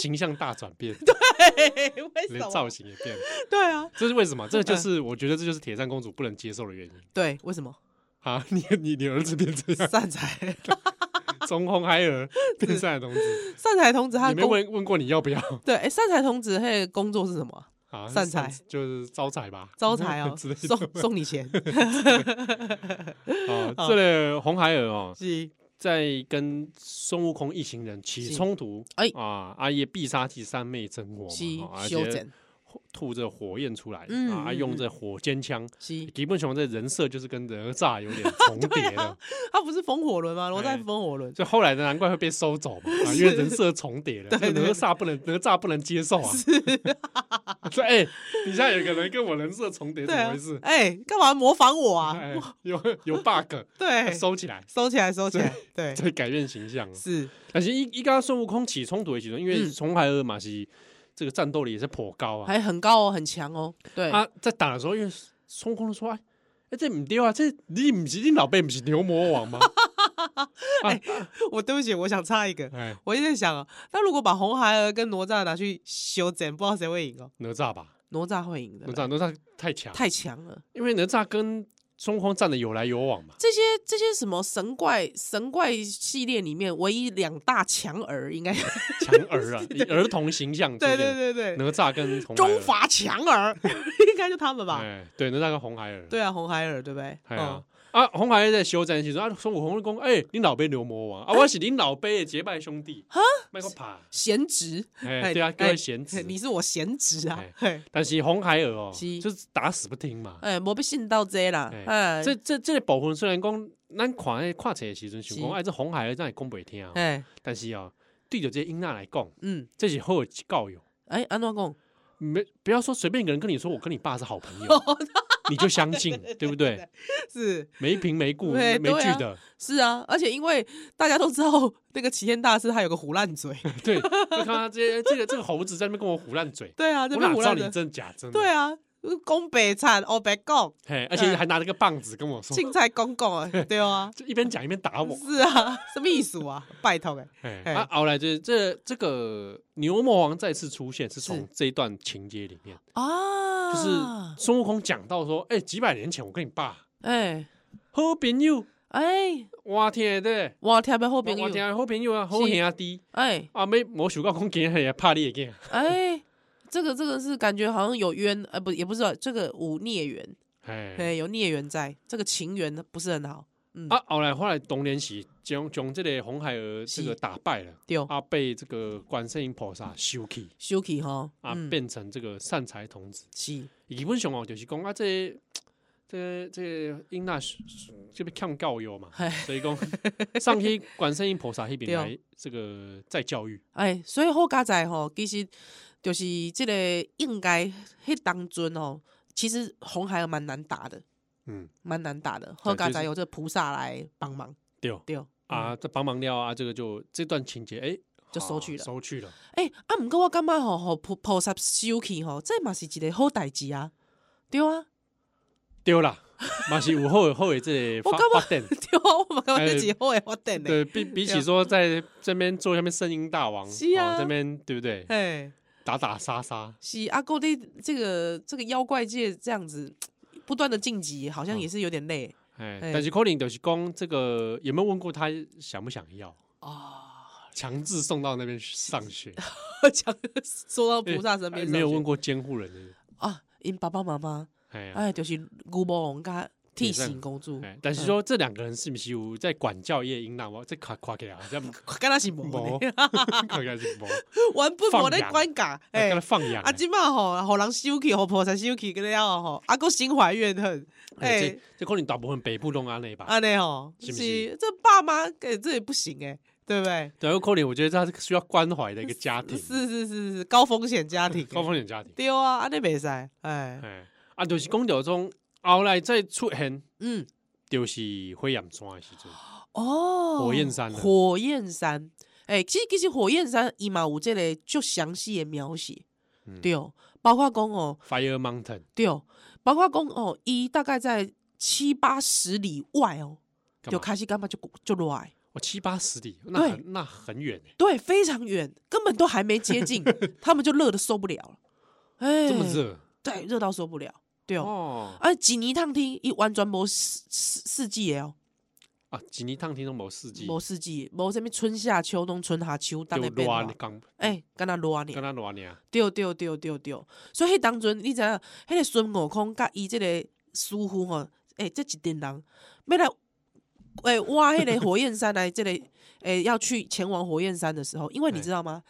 形象大转变，
为
连造？型也变了。
对啊，
这是为什么？这就是我觉得这就是铁扇公主不能接受的原因
对，为什 么
啊！你你你儿子变这样，
善财
从红孩儿变善财童子，
善财童子他
你
的
没
工
问问过你要不要
对，哎，善财童子他的工作是什么啊？
啊？
善财
就是招 财吧，
招财哦，
之类的
送送你 钱，
哦，这个红孩儿哦，
是
在跟孙悟空一行人起
是
冲突，
哎
啊，阿爷必杀技三昧真火
是
嘛，哦而
修
且
整，
吐着火焰出来，
嗯
啊，
嗯
用
嗯
这火尖枪。
是
吉本雄这人设就是跟哪吒有点重 叠
啊
的，
他不是风火轮吗？罗
哎
在风火轮，
就后来的难怪会被收走嘛， 啊因为人设重叠了，这个哪吒不能哪吒不能接受啊。 说哎，底下有一个人跟我人设重叠，怎
对
么
啊
回事，？
哎，干嘛模仿我啊？哎
哎有有 bug，
对，
收起来，
收起来，收起来， 对，
这改变形象啊。
是，
但是一一跟孙悟空起冲突的其中，因为
嗯
红孩儿嘛是这个战斗力也是颇高啊。
还很高哦，很强哦，对，
啊，在打的时候，因为孙悟空就说：“哎，哎这唔对啊，这你唔是你老辈唔是牛魔王 吗？”哎
我对不起，我想插一个，
哎，
我一直在想啊，那如果把红孩儿跟哪吒拿去修整，不知道谁会赢哦，
哪吒吧，
哪吒会赢的
哪
啦，
吒哪吒太强，
太强了。
因为哪吒跟孙悟空战的有来有往 嘛。
这些这些什么神怪神怪系列里面，唯一两大强儿应该
强儿啊，以儿童形象出
对
现，
对对对，
哪吒跟红孩儿
中华强 儿应该就他们吧？
哎，对，哪吒跟红孩儿，
对啊，红孩儿对不对？
哎呀
嗯，。
啊，红孩儿在修战的时阵，啊，孙悟空就讲，哎、你老辈牛魔王，啊，我是你老辈的结拜兄弟，哈，卖个爬，
贤侄，
哎，
哎
对啊，各
哎
位贤
嘿
子，
你是我贤侄啊
哎！
嘿
但是红孩儿哦，
是
就是打死不听嘛。
哎，莫被信到这啦
哎！
哎，
这这这个部分虽然讲，咱看诶看册的时阵想讲，
是
哎，这红孩儿咱会讲袂听哦，
哎，
但是哦，对着这些囡仔来讲，
嗯，
这是好的教育。
哎，安诺公，
没不要说随便一个人跟你说我跟你爸是好 朋友，你就相信，对不对？
是
没凭没故
对
没
对
据
啊
的，
是啊，而且因为大家都知道那个齐天大师他有个胡烂嘴，
对，就看他这这个这个猴子在那边跟我胡烂嘴，
对啊，这
我
边
哪
胡
知道
烂
你
嘴，
真的假真的？
对，啊，攻北产哦，白讲，
嘿，而且还拿了个棒子跟我说，
青菜公公啊， 对啊，
就一边讲一边打我，
是啊，什么意思啊？拜托哎，
哎，
哎
啊，后来这这这个牛魔王再次出现，是从
是
这一段情节里面，
啊
就是孙悟空讲到说，哎、几百年前我跟你爸
哎
好朋友，
哎，
我天的，
我听不后
我
边
我
有，
天好朋友啊，好兄弟
哎
啊，没没想到讲今日也拍你个，
哎，这个这个是感觉好像有冤，呃，不也不是这个无孽缘，
哎，
哎，有孽缘在，这个情缘不是很好，嗯，
啊，后来后来童年时将将这个红孩儿
是
这个打败了，
丢
啊，被这个观世音菩萨收起，
休息哈，
啊，
嗯
变成这个善财童子。
是
基本上哦，就是讲啊，这这这因那这边欠教育嘛，所以讲 上去观世音菩萨那边
对
来这个再教育，
哎，所以好加载吼，其实就是这个应该迄当中吼，其实红孩儿蛮难打的，
嗯，
蛮难打的。
对
好加
就
载
是
有这菩萨来帮忙，
对
对
啊，这帮忙了啊，这个就这段情节，哎，
嗯就
啊
收去了
收去了，
哎、啊，毋过我感觉吼，吼菩菩萨收去吼，这嘛是一个好代志啊，对啊，
丢啦，嘛是有后后尾这个
我
发
干嘛
发展。
对啊，我嘛感觉
哎
这是好诶发展呢。
对比比起说在这边做下面声音大王，
是啊
哦这边对不对？
哎，
打打杀杀，
是啊，够的这个这个妖怪界这样子不断的晋级，好
嗯
像也是有点累
哎，
哎
但是 Colin 就是讲这个有没有问过他想不想要，哦
啊。
强制送到那边上学？
讲说到菩萨身边
哎
上去，
没有问过监护人的。
啊，因爸爸妈妈，
哎呀，
哎，就是牛魔王甲替
也是很
醒公主，
哎，但是说这两个人是不是有在管教业啊因那我这垮垮起来，这样
跟他是无
无，
呢，
垮起来是无，
原本无
放
咧
羊
管教，哎
跟他，放养
啊，
欸。
即摆吼，互人收去，互婆才收去，个了吼，啊，佫心怀怨恨，
哎
哎啊
这，这可能大部分北部啊拢安尼吧。
安尼吼，
是不
是
是
这爸妈，哎，这也不行哎，对不对？
对，有可能我觉得他是需要关怀的一个家庭，
是是是是，高风险家庭，
高风险家庭。
对啊，安尼袂使，哎，
哎，啊，就是讲到种后来再出现，
嗯，
就是火焰山的时阵，
哦，
火焰山啊
火焰山，哎，其实其实火焰山伊嘛有这个就详细的描写，
嗯
对，包括讲哦，
Fire Mountain，
对，包括讲哦，伊大概在七八十里外哦，
干
就
嘛
开始干嘛就就落来。
我七八十里，那
对
很那很远欸
对，非常远，根本都还没接 近，他们就热的受不了了。哎，
这么？热
对，热到受不了。对哦，
哦
啊，几年烫天一完全无四四四季的哦，
啊，几年烫天都无四季，
无四季，无什么春夏秋冬、春夏秋冬
就
的变化
热。啊刚
哎，敢若热
跟
呢？
他啊热呢，
对对对对对，所以迄当阵你知影，迄、个孙悟空甲伊即个师傅吼，哎、这一群人要来。哎、挖迄个火焰山来这里、哎、要去前往火焰山的时候，因为你
哎
知道吗？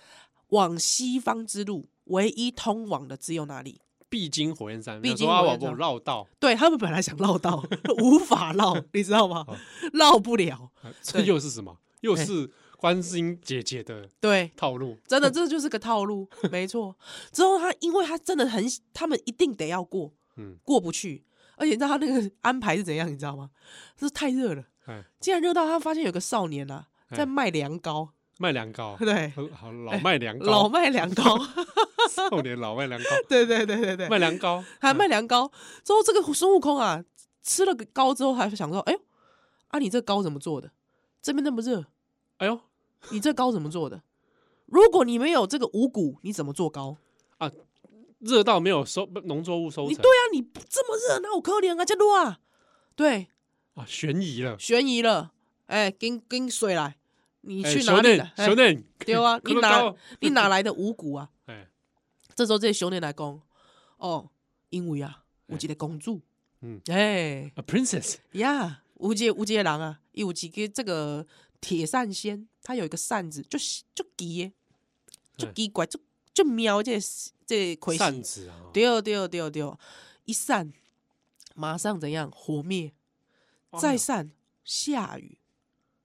往西方之路唯一通往的只有哪里？
必经火焰山，
必
有
经
说啊，
火
我
焰
我
山
绕道，
对他们本来想绕道，无法绕，你知道吗
哦？
绕不了。
啊 这
对
又是什么？又
哎
是观世音姐姐的
对，
套路，
真的，这就是个套路，没错。之后他，因为他真的很喜，他们一定得要过，
嗯，
过不去。而且你知道他那个安排是怎样，你知道吗？是太热了，
哎，
竟然热到他发现有个少年啊，
哎
在卖凉糕，
卖凉糕，
对，哎
好好老卖凉
老
糕，
卖凉糕，
少年老卖凉糕，
对对对 对对，
卖凉糕，
还卖凉糕。之后这个孙悟空啊，吃了个糕之后，还想说，哎呦，啊你这糕怎么做的？这边那么热，
哎呦
你这糕怎么做的？如果你没有这个五谷，你怎么做糕？
热到没有收农作物收
你
成
对啊，你不这么热，哪有可怜啊？这热啊，对，
啊，悬疑了。
悬疑了，哎、跟跟水来，你
哎
去哪里来？哎
兄弟，
对 啊，你
看到
哪
高
你哪来的五谷啊？
哎，
这时候这些兄弟来讲，哦，因为啊，有
哎
一个公主，
嗯
哎
，a princess，
呀，有一个有一个人啊，他有一个这个铁扇仙，他有一个扇子，就是就奇耶，就
哎
奇怪，就就瞄这个这魁
扇子啊，
对对对对，一扇马上怎样火灭，
哎呦
再扇下雨，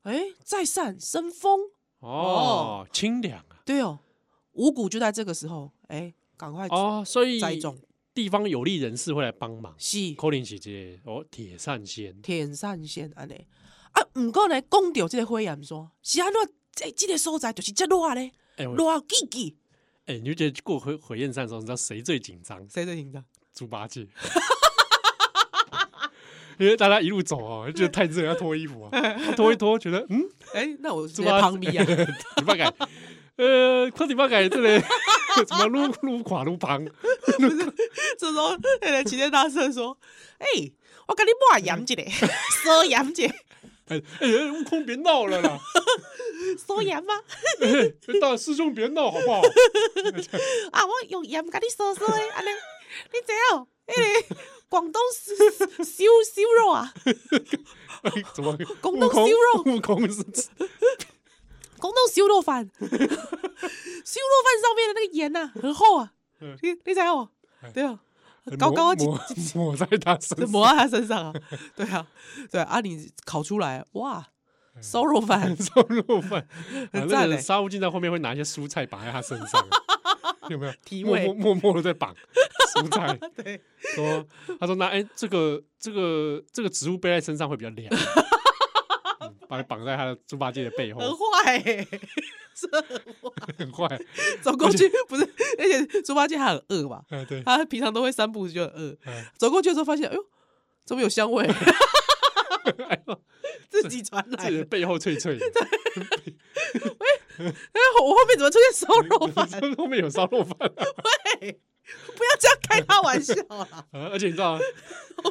哎，再扇生风，
哦，清凉啊，
对哦，五谷就在这个时候，哎，赶快
哦，所以
栽种，
地方有利人士会来帮忙。
是
柯林姐姐，哦，铁扇仙，
天上仙安尼啊，毋过呢，讲到即个火焰山，是安怎？这这个所在就是遮热咧，
哎，我
热到叽叽，
哎，你就觉得过火火焰山的时候，你知道谁最紧张？
谁最紧张？
猪 八戒，因为大家一路走哦，觉得太热要脱衣服啊，脱一脱觉得嗯，
哎，那我是
猪
不是在
八
旁边 啊，
猪八戒，呃，快猪八戒这里怎么撸撸垮撸旁，
这时候，那个齐天大圣说：“哎、我跟你抹盐一个， 收盐一个，
哎哎，悟空别闹了啦。
收盐啊吗？
哎大师兄别闹好不 好？
啊，我用盐给你收收的，安尼，你知道？迄个广东烧烧烧肉啊，
哎怎么？
宫
悟
东
空
修肉
悟空是
广东烧肉饭，烧肉饭上面的那个盐呐、啊，很厚啊，
嗯
你你知道我？对啊，高
抹
高几
抹抹在他 身
就
上，
抹在他身上啊， 对啊，对啊，啊你烤出来哇，烧肉 饭
烧肉饭。
很
啊
赞欸
那个
嘞
沙悟净在后面会拿一些蔬菜绑在他身 上，有没有？
提
默
味
默默默的在绑蔬菜，
对。”
说他说那哎这个这个这个植物背在身上会比较 凉。嗯把它绑在他的猪八戒的背后，
很坏、欸，这很坏。
很啊坏。
走过去不是，而且猪八戒他很饿嘛，
哎，对，
他平常都会三步就很饿。
哎
走过去的时候发现，哎呦，怎么有香味？
哎呦
自己传来
自己的
的。
背后脆脆的，
哎，我后面怎么出现烧肉 饭？
后面有烧肉饭啊。
不要这样开他玩笑啦！
啊，而且你知道吗，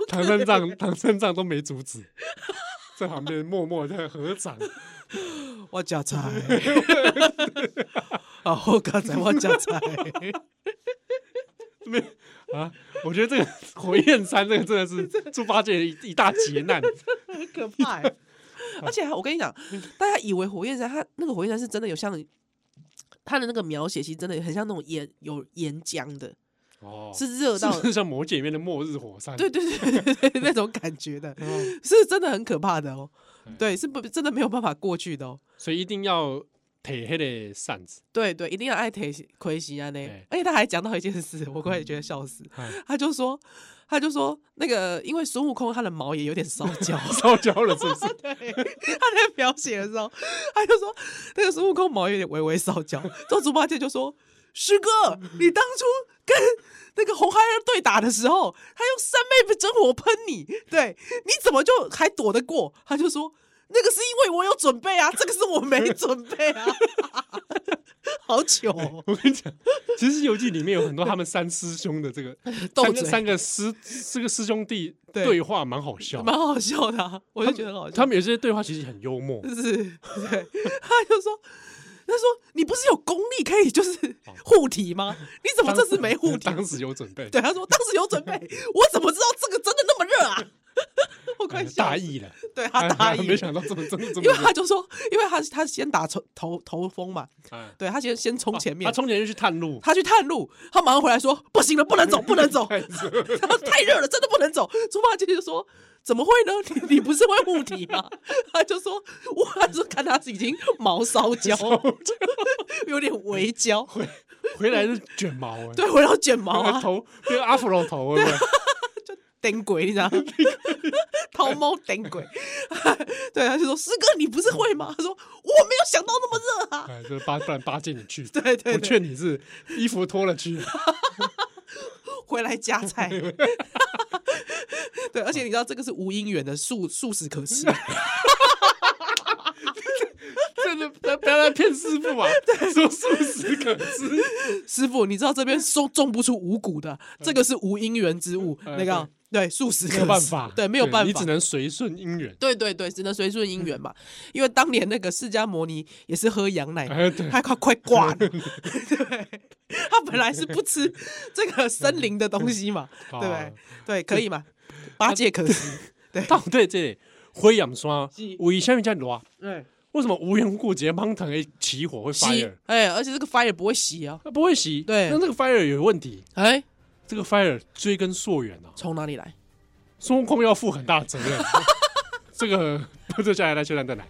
唐三藏唐三藏都没阻止，在旁边默默在合掌。
我夹 菜，啊，我刚才我夹菜，
没 啊！我觉得这个火焰山这个真的 是猪八戒一一大劫难，
很可怕欸。 而且还我跟你讲，大家以为火焰山，它那个火焰山是真的有像它的那个描写，其实真的很像那种岩有岩浆的，
哦，
是热到
是不是像魔戒里面的末日火山？
对对对对对那种感觉的，
哦，
是真的很可怕的哦。对，是不真的没有办法过去的哦。
所以一定要铁黑的 扇子，
对对，一定要爱铁奎西啊那
哎。
而且他还讲到一件事，我快觉得笑死。
哎
他就说，他就说那个，因为孙悟空他的毛也有点烧焦，
烧焦了是不是？
对，他在描写的时候，他就说那个孙悟空毛有点微微烧焦。之后猪八戒就说：“师哥，你当初跟那个红孩儿对打的时候，他用三昧真火喷你，对，你怎么就还躲得过？”他就说：“那个是因为我有准备啊，这个是我没准备啊。” 好糗、哦，
我跟你讲，其实《游记》里面有很多他们三师兄的这个
斗
三个
嘴
三个师四个师兄弟
对
对话，蛮好笑。
蛮好笑的、啊，我就觉得很好笑。
他们有些对话其实很幽 默，
就是对，他就说，他说你不是有功力可以就是护体吗？你怎么这次没护体？
当时有准备，
对，他说当时有 准备，我怎么知道这个真的那么热啊？ 我快
哎，
笑
大
死，
意了，哎
对他大意
没，想到这么真的这么
因为
热
他就说，因为他他先打头头头风嘛，
哎
对他先先冲前面
啊他，冲前就去探路，
他去探路，他马上回来说不行了，不能走，不能走，
太热 了
他太热了，真的不能走。猪八戒就说：“怎么会呢？ 你你不是会护体吗？” 他就说：“我他就看他已经毛烧焦， 有点微焦，
回来就卷毛哎，
对，回到卷毛
那个
啊，
头变阿弗罗头啊了，
顶鬼，你知 道吗？头毛顶鬼。 对，他就说：‘师哥，你不是会吗？’他说：‘我没有想到那么热啊。
哎，这八不然八戒你 去，
对对
我
对
劝你是衣服脱了去，’
回来加菜。 对，而且你知道这个是无因缘的，素素食可吃。”
真的不要不要再骗师傅 啊，说素食可吃，
师傅，你知道这边种种不出五谷的，这个是无因缘之物，
嗯
那个对素食
没
可
有办
食
法，
对，没有办
你
法
只。能随顺姻缘。
对对对，只能随顺因缘嘛。因为当年那个释迦摩尼也是喝羊 奶
哎对，
他快快挂了。对，他本来是不吃这个森林的东西嘛，对
哦
不对？对，可以嘛？八戒可食，对
到底这个火焰山
是
为什么这么热？
对，
为什么无缘无故节芒藤会起火会 fire？
吸，哎，而且这个 fire 不会吸啊，
它不会熄，
对
那这个 fire 有问题，
哎，
这个 fire 追根溯源啊，
从哪里来？
孙悟空要负很大责任。这个不就下来来，现在再来，